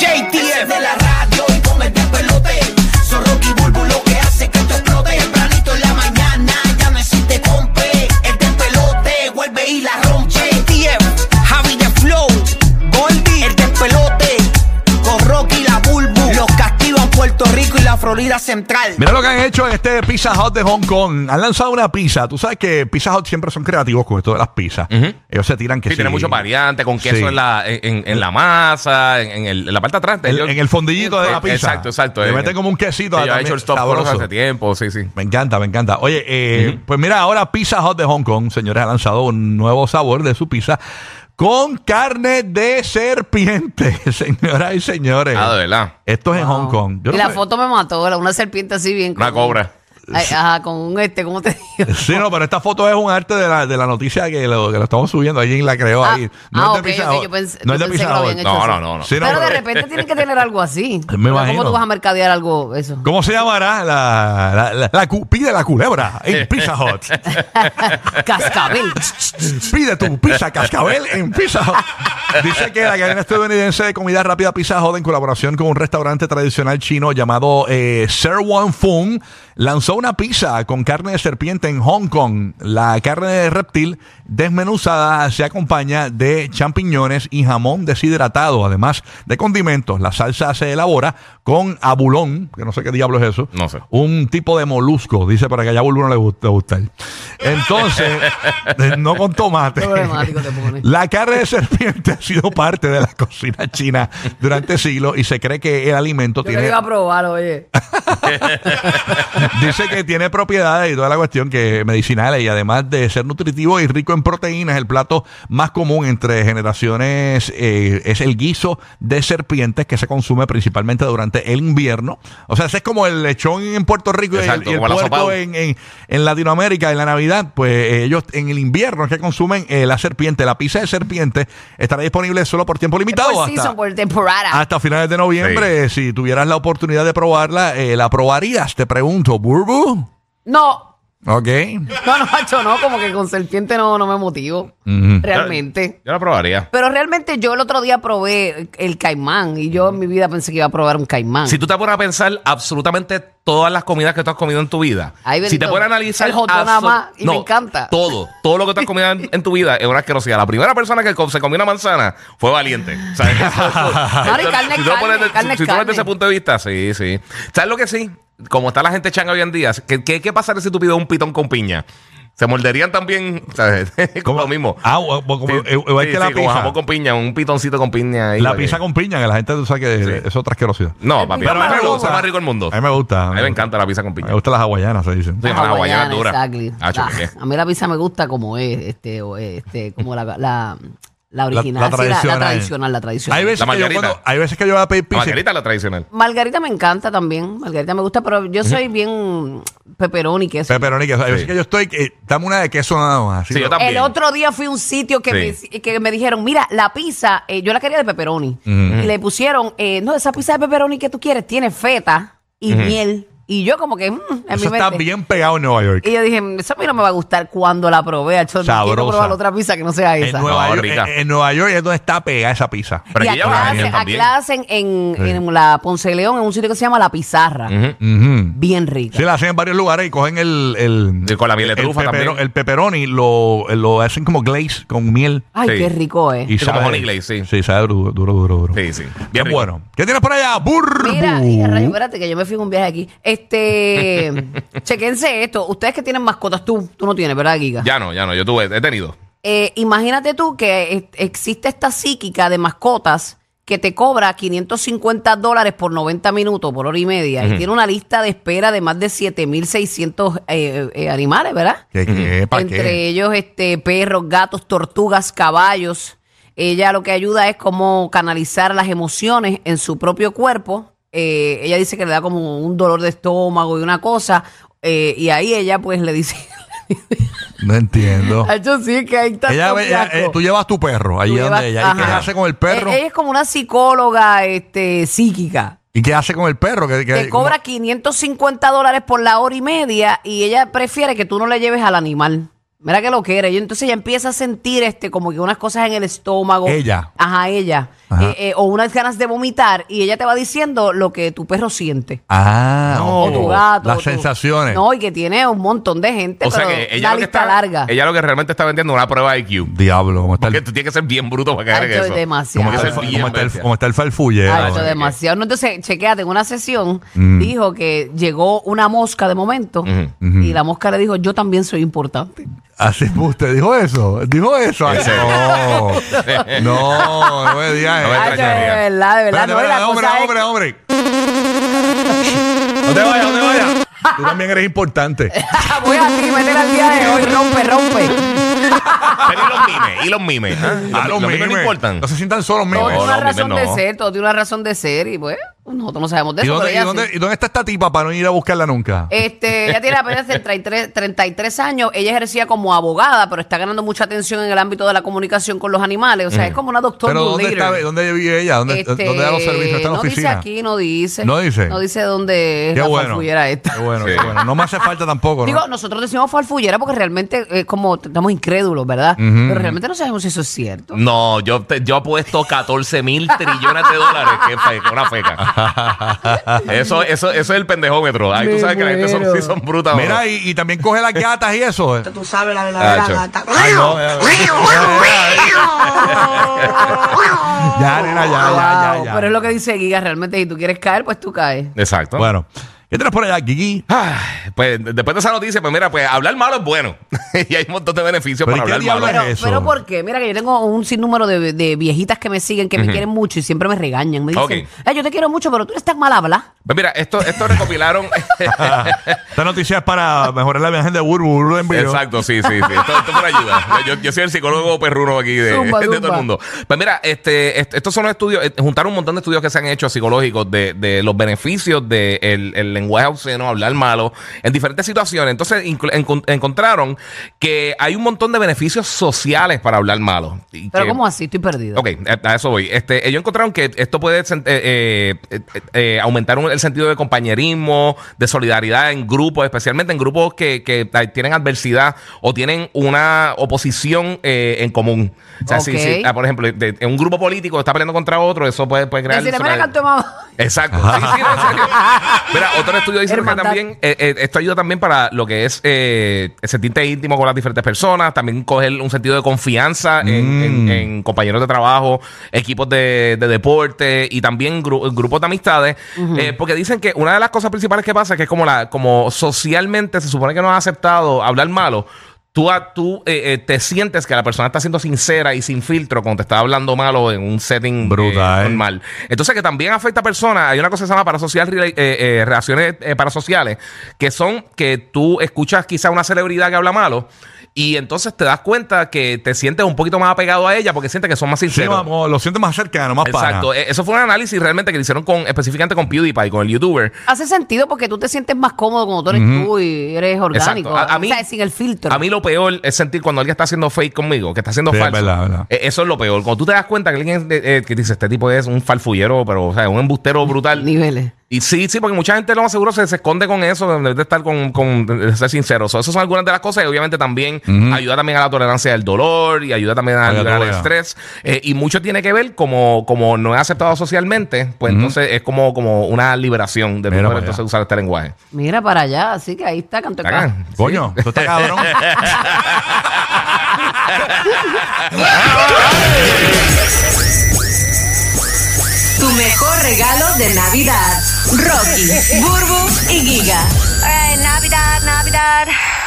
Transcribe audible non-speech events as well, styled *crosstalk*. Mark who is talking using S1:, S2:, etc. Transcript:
S1: JTF de la radio y con el despelote. Son Rocky Bulbo lo que hace que te explote. Tempranito en la mañana ya no existe compe. El despelote vuelve y la rompe. JTF, Javi de Flow, Goldie, el despelote. Con Rocky y la Bulbo. Los castigan Puerto Rico y la Florida Central.
S2: Mira lo que han hecho en este Pizza Hut de Hong Kong. Han lanzado una pizza. Tú sabes que Pizza Hut siempre son creativos con esto de las pizzas. Ellos se tiran que
S3: Sí,
S2: sí.
S3: tiene muchos variantes, con queso
S2: Sí.
S3: en, la, en, en la masa, en, en el- en la parte de atrás.
S2: El-
S3: Ellos-
S2: en el fondillito de la pizza.
S3: Exacto, exacto. Eh,
S2: Le
S3: En-
S2: meten como un quesito
S3: Ellos han
S2: también,
S3: hecho el stop
S2: sabroso.
S3: hace tiempo, sí, sí.
S2: Me encanta, me encanta. Oye, eh, pues mira, ahora Pizza Hut de Hong Kong, señores, ha lanzado un nuevo sabor de su pizza con carne de serpiente, *laughs* señoras y señores.
S3: Ah, de verdad.
S2: Esto es en Hong Kong. Yo
S4: Y
S2: no
S4: la
S2: sé-
S4: foto me mató, era una serpiente así bien.
S3: Una
S4: con-
S3: cobra.
S4: Ay, ajá, con un este, ¿cómo te digo?
S2: Sí, no, pero esta foto es un arte de la, de la noticia que lo, que lo estamos subiendo. Alguien la creó
S4: Ah,
S2: ahí. No
S4: ah,
S2: es
S4: ok,
S2: de Pizza
S4: ok,
S2: Hut.
S4: yo pensé-
S2: no
S4: yo
S2: es de
S4: pensé que
S2: Pizza
S4: lo
S2: Hut.
S4: habían hecho
S3: No,
S4: así.
S3: no, no. no.
S2: Sí, no,
S4: pero de
S2: pero-
S4: repente tienen que tener algo así.
S2: *laughs* Me
S4: Pero
S2: imagino.
S4: ¿Cómo tú vas a mercadear algo eso?
S2: *laughs* ¿Cómo se llamará la, la, la- la cu- pide la culebra
S3: *laughs*
S2: en Pizza Hut?
S4: Cascabel.
S2: Pide tu pizza cascabel en Pizza Hut. Dice que la cadena estadounidense de comida rápida Pizza Hut, en colaboración con un restaurante tradicional chino llamado eh, Sir Wan Fung, lanzó una pizza con carne de serpiente en Hong Kong. La carne de reptil desmenuzada se acompaña de champiñones y jamón deshidratado, además de condimentos. La salsa se elabora con abulón, que no sé qué diablo es eso.
S3: No sé.
S2: Un tipo de molusco, dice, para que allá Bulbo no le guste gustar. Entonces, *laughs* eh, no con tomate.
S4: Qué problemático te pones.
S2: La carne de serpiente *laughs* ha sido parte de la cocina china durante siglos y se cree que el alimento
S4: Yo lo
S2: tiene,
S4: iba a probar, oye.
S2: dice que tiene propiedades y toda la cuestión que medicinales y además de ser nutritivo y rico en proteínas, el plato más común entre generaciones eh, es el guiso de serpientes que se consume principalmente durante el invierno. O sea, ese es como el lechón en Puerto Rico y el-
S3: Exacto,
S2: y el,
S3: como el
S2: puerco
S3: asopao.
S2: en, en, en Latinoamérica, en la Navidad, pues ellos en el invierno es que consumen eh, la serpiente, la pizza de serpiente estará disponible solo por tiempo limitado.
S4: Por
S2: hasta-
S4: season, por temporada.
S2: hasta finales de noviembre, si tuvieras la oportunidad de probarla, eh, ¿la probarías? Te pregunto, ¿Burbu?
S4: No.
S2: Ok.
S4: No, no, macho, no, como que con serpiente no, no me motivo. Realmente.
S3: Yo la probaría.
S4: Pero realmente yo el otro día probé el caimán y yo en mi vida pensé que iba a probar un caimán.
S3: Si tú te pones a pensar absolutamente todas las comidas que tú has comido en tu vida,
S4: Ay,
S3: si
S4: bendito.
S3: te pones a analizar.
S4: El hot dog nada
S3: abso-
S4: más, y me encanta.
S3: Todo, todo lo que tú has comido en, en tu vida es una asquerosidad. La primera persona que co- se comió una manzana fue valiente. O sea, *laughs* eso- eso-
S4: Claro, y carne
S3: si
S4: es
S3: tú lo pones
S4: carne,
S3: de-
S4: carne
S3: si-
S4: es
S3: si tú lo ves desde ese
S4: carne.
S3: punto de vista, sí, sí. ¿Sabes lo que sí? Como está la gente changa hoy en día, ¿qué, qué, qué pasaría si tú pides un pitón con piña? ¿Se morderían también? *laughs* ¿Sabes? como lo mismo.
S2: Ah, o- o- como-
S3: Sí,
S2: igual
S3: sí,
S2: que la
S3: sí, como
S2: pizza.
S3: jamón con piña, un pitoncito con piña. ahí,
S2: la
S3: porque-
S2: pizza con piña, que la gente tú sabes que es otra asquerosidad.
S3: No, papi,
S4: Pero
S3: a mí
S4: me
S3: me
S4: gusta.
S3: gusta más rico el mundo.
S2: A mí me gusta.
S3: A mí me encanta la pizza con
S2: Me
S3: piña.
S2: gustan las hawaianas, se dicen.
S3: Sí,
S4: Las
S3: una guayana
S4: hawaianas,
S3: dura.
S4: Ah, pues, exactly.
S3: Ah,
S4: La-
S3: choque.
S4: a mí la pizza me gusta como es, este, o es, este, como la, la, la original,
S2: la
S4: así,
S2: tradicional.
S4: tradicional, la tradicional.
S2: Hay veces,
S3: La
S2: que yo
S3: margarita.
S2: cuando- hay veces que yo voy a pedir
S3: La
S2: pizza.
S3: margarita la tradicional.
S4: Margarita me encanta también, Margarita me gusta, pero yo soy bien peperón y queso.
S2: Pepperoni, queso. Hay veces
S3: Sí.
S2: que yo estoy. eh, dame una de queso nada más. así
S3: Sí,
S2: que-
S3: yo también.
S4: El otro día fui a un sitio que,
S3: Sí.
S4: me, que me dijeron, mira, la pizza, eh, yo la quería de pepperoni. Y le pusieron, eh, no, esa pizza de pepperoni que tú quieres tiene feta y miel. Y yo como que, mm, en mi
S2: Eso está
S4: mente.
S2: bien pegado en Nueva York.
S4: Y yo dije, "Mm, eso a mí no me va a gustar cuando la probé. Yo no
S2: Sabrosa.
S4: quiero probar otra pizza que no sea
S2: En
S4: esa.
S2: Nueva,
S3: No,
S2: York
S3: rica.
S2: en, en Nueva York es donde está pegada esa pizza.
S3: Pero
S4: y
S3: aquí ya
S4: acá,
S3: va
S4: hacen,
S3: bien también.
S4: acá hacen en, en la Ponce de León, en un sitio que se llama La Pizarra.
S2: Ujú.
S4: Bien rica.
S2: Sí, la hacen en varios lugares y cogen el. el
S3: Y con la miel de trufa
S2: el pepero-
S3: también.
S2: El pepperoni lo, lo hacen como glaze con miel.
S4: Ay,
S3: Sí.
S4: qué rico es.
S2: Y
S3: Sí, como honey glaze, sí.
S2: Sí, sabe duro, duro, duro. duro.
S3: Sí, sí.
S2: Bien
S3: Bien rico.
S2: bueno. ¿Qué tienes por allá? Burbu.
S4: Mira, y a rayos, espérate que yo me fui en un viaje aquí.
S3: *laughs*
S4: Este, chequense esto. Ustedes que tienen mascotas, tú, tú no tienes, ¿verdad, Giga?
S3: Ya no, ya no. Yo tuve, he tenido.
S4: Eh, imagínate tú que eh, existe esta psíquica de mascotas que te cobra 550 dólares por 90 minutos, por hora y media, y tiene una lista de espera de más de 7.600 eh, eh, animales, ¿verdad?
S2: ¿Qué, qué, pa'
S4: Entre
S2: qué?
S4: ellos, este, perros, gatos, tortugas, caballos. Ella lo que ayuda es como canalizar las emociones en su propio cuerpo. Eh, ella dice que le da como un dolor de estómago y una cosa. eh, y ahí ella pues
S2: *laughs*
S4: le dice...
S2: No
S4: *laughs*
S2: entiendo.
S4: Yo sí que ahí está...
S2: Ella,
S4: todo
S2: ella-
S4: flaco.
S2: eh, tú llevas tu perro allí
S4: Tú llevas-
S2: donde ella. ¿Y qué
S4: ajá.
S2: hace con el perro?
S4: Eh, Ella es como una psicóloga este, psíquica.
S2: ¿Y qué hace con el perro? ¿Qué- qué-
S4: Te cobra
S2: cómo-
S4: 550 dólares por la hora y media y ella prefiere que tú no le lleves al animal. Mira que lo quiere. Y entonces ella empieza a sentir este como que unas cosas en el estómago.
S2: Ella.
S4: Ajá, ella.
S2: Ajá.
S4: Eh, eh, o unas ganas de vomitar y ella te va diciendo lo que tu perro siente.
S2: Ah,
S3: No,
S2: ok.
S4: Tu gato.
S2: Las
S4: tu-
S2: sensaciones.
S4: No, y que tiene un montón de gente,
S3: O sea
S4: pero
S3: que ella
S4: una
S3: lo que,
S4: lista
S3: está,
S4: larga.
S3: ella lo que realmente está vendiendo es una prueba de IQ.
S2: Diablo, ¿cómo está
S3: Porque
S2: el,
S3: tú tienes que ser bien bruto para caer
S4: Ay,
S3: en
S4: yo
S3: eso.
S4: demasiado.
S3: Como que
S2: cómo
S3: ser
S2: está el-
S3: bien
S2: cómo está el-
S3: bestia.
S2: cómo está el farfullero?
S4: Ah, eso
S3: ok.
S4: demasiado. No, entonces, chequeate, en una sesión
S2: Mm.
S4: dijo que llegó una mosca de momento y la mosca le dijo, yo también soy importante.
S2: Así fue, usted dijo eso, dijo eso. Ay,
S3: serio?
S2: no, no, no me digas.
S3: No me
S4: Ay,
S2: eso.
S4: de
S3: extrañaría.
S4: verdad, de verdad.
S2: Espérate,
S4: no, y la
S2: espérate, hombre,
S4: cosa es-
S2: hombre, hombre.
S3: No te vayas, no te vayas.
S2: Tú también eres
S4: *laughs*
S2: importante.
S4: Ah, voy a ti, meter al día de hoy, rompe,
S2: *laughs*
S4: rompe.
S3: Pero y los mimes, y los mimes. ¿ah?
S2: Ah, los
S3: mimes no
S2: memes.
S3: importan.
S2: No se sientan solos
S4: Todo
S2: memes.
S4: tiene una
S3: no,
S4: razón
S3: no.
S4: de ser, todo tiene una razón de ser y pues nosotros no sabemos de
S2: ¿Y
S4: eso.
S2: dónde,
S4: pero
S2: y
S4: ella
S2: dónde-
S4: sí.
S2: y dónde está esta tipa para no ir a buscarla nunca?
S4: Este, ella tiene apenas 33, 33 años, ella ejercía como abogada, pero está ganando mucha atención en el ámbito de la comunicación con los animales, o sea, es como una doctora
S2: Pero ¿dónde, está, ¿dónde vive ella? ¿Dónde,
S4: Este,
S2: ¿Dónde da los servicios? ¿Está en la
S4: no dice
S2: oficina?
S4: aquí, no dice.
S2: No dice.
S4: No dice dónde es
S2: Qué
S4: la
S2: bueno.
S4: farfullera esta.
S2: Qué bueno,
S3: Sí.
S2: qué bueno. No me hace falta tampoco, ¿no?
S4: Digo, nosotros decimos farfullera porque realmente es como estamos incrédulos, ¿verdad? Pero realmente no sabemos si eso es cierto.
S3: No, yo, te- yo apuesto 14 mil trillones de dólares. Que fe- una
S2: *laughs*
S3: feca. Eso, eso, eso es el pendejómetro. Ay, tú sabes que la gente son, sí son brutas. ¿no?
S2: Mira, y, y también coge las gatas y eso. eh.
S1: Tú sabes la de la,
S3: Ah,
S1: la
S3: cho.
S1: gata.
S2: Ay, *laughs* no, ya, Ya, nena, ya, ya, ya,
S4: Ah, Wow,
S2: ya.
S4: Pero es lo que dice Giga, realmente si tú quieres caer, pues tú caes.
S3: Exacto.
S2: Bueno, ¿qué tenés por allá, Gigi?
S3: Ay, pues después de esa noticia, pues mira, pues hablar malo es bueno. *laughs* y hay un montón de beneficios
S2: Pero ¿y
S3: para
S2: qué
S3: hablar malo.
S2: diablo
S4: Pero,
S2: es eso?
S4: pero ¿por qué? Mira que yo tengo un sinnúmero de, de viejitas que me siguen, que me quieren mucho y siempre me regañan. Me dicen,
S3: Ok.
S4: "Ay, yo te quiero mucho, pero tú eres tan mal habla.
S3: Pues mira, esto, esto
S2: *laughs*
S3: recopilaron. *laughs*
S2: Esta noticia es para mejorar la imagen de Burbu. Burbu lo envió.
S3: Exacto, sí, sí, sí. Esto, esto es una ayuda. Yo, yo soy el psicólogo perruno aquí de,
S4: Zumba,
S3: de todo
S4: zumba.
S3: el mundo. Pues mira, este, est- estos son los estudios, eh, juntaron un montón de estudios que se han hecho psicológicos de, de los beneficios del el lenguaje obsceno, hablar malo, en diferentes situaciones. Entonces inclu- encon- encontraron que hay un montón de beneficios sociales para hablar malo. Y
S4: Pero
S3: que-
S4: ¿cómo así? Estoy perdido.
S3: Ok, a- a eso voy. Este, ellos encontraron que esto puede sen- eh, eh, eh, eh, aumentar un- el sentido de compañerismo, de solidaridad en grupos, especialmente en grupos que, que, eh, tienen adversidad o tienen una oposición eh, en común. O sea, si-
S4: Ok.
S3: si, ah, por ejemplo, de- en un grupo político está peleando contra otro, eso puede, puede crear...
S4: Decirle,
S3: solidaridad".
S4: mira, canto de mamá.
S3: Exacto. Sí, sí, no, en serio. Mira, otro estudio dice que
S4: Hermandad.
S3: también eh, eh, esto ayuda también para lo que es eh, sentirte íntimo con las diferentes personas, también coger un sentido de confianza en, en- en compañeros de trabajo, equipos de, de deporte y también gru- grupos de amistades, Eh, porque dicen que una de las cosas principales que pasa es que es como la como socialmente se supone que no has aceptado hablar malo. Tú, a- tú eh, eh, te sientes que la persona está siendo sincera y sin filtro cuando te está hablando malo en un setting eh,
S2: Brutal.
S3: normal mal. Entonces, que también afecta a personas. Hay una cosa que se llama parasocial, rela- eh, eh, relaciones eh, parasociales, que son que tú escuchas quizá una celebridad que habla malo y entonces te das cuenta que te sientes un poquito más apegado a ella porque sientes que son más
S2: Sí,
S3: sinceros.
S2: vamos, lo sientes más cercano, más para.
S3: Exacto, Eh, eso fue un análisis realmente que le hicieron con específicamente con PewDiePie, con el youtuber.
S4: *laughs* Hace sentido porque tú te sientes más cómodo cuando tú eres tú y eres orgánico.
S3: Exacto. A- a mí-
S4: o sea, sin el filtro.
S3: A mí lo peor es sentir cuando alguien está haciendo fake conmigo, que está haciendo
S2: Sí, es
S3: falso.
S2: verdad, verdad.
S3: Eh, Eso es lo peor. Cuando tú te das cuenta que alguien eh, eh, que dice, este tipo es un falfullero, pero o sea, un embustero brutal.
S4: Niveles.
S3: Y sí, sí, porque mucha gente lo más seguro se, se esconde con eso, en vez de estar con, con de ser sincero. So, esas son algunas de las cosas y obviamente también ayuda también a la tolerancia del dolor y ayuda también a
S2: Para que
S3: liberar
S2: tú
S3: el
S2: veas.
S3: estrés. Eh, y mucho tiene que ver como, como no es aceptado socialmente, pues entonces es como, como una liberación de tu
S2: Mira para
S3: poder entonces
S2: allá.
S3: usar este lenguaje.
S4: Mira para allá, así que ahí está, canto de
S3: Acá.
S4: caja.
S2: Coño, tú estás cabrón.
S3: *laughs*
S5: Tu mejor regalo de Navidad. Rocky, Burbu y Giga.
S6: Ay, Navidad, Navidad.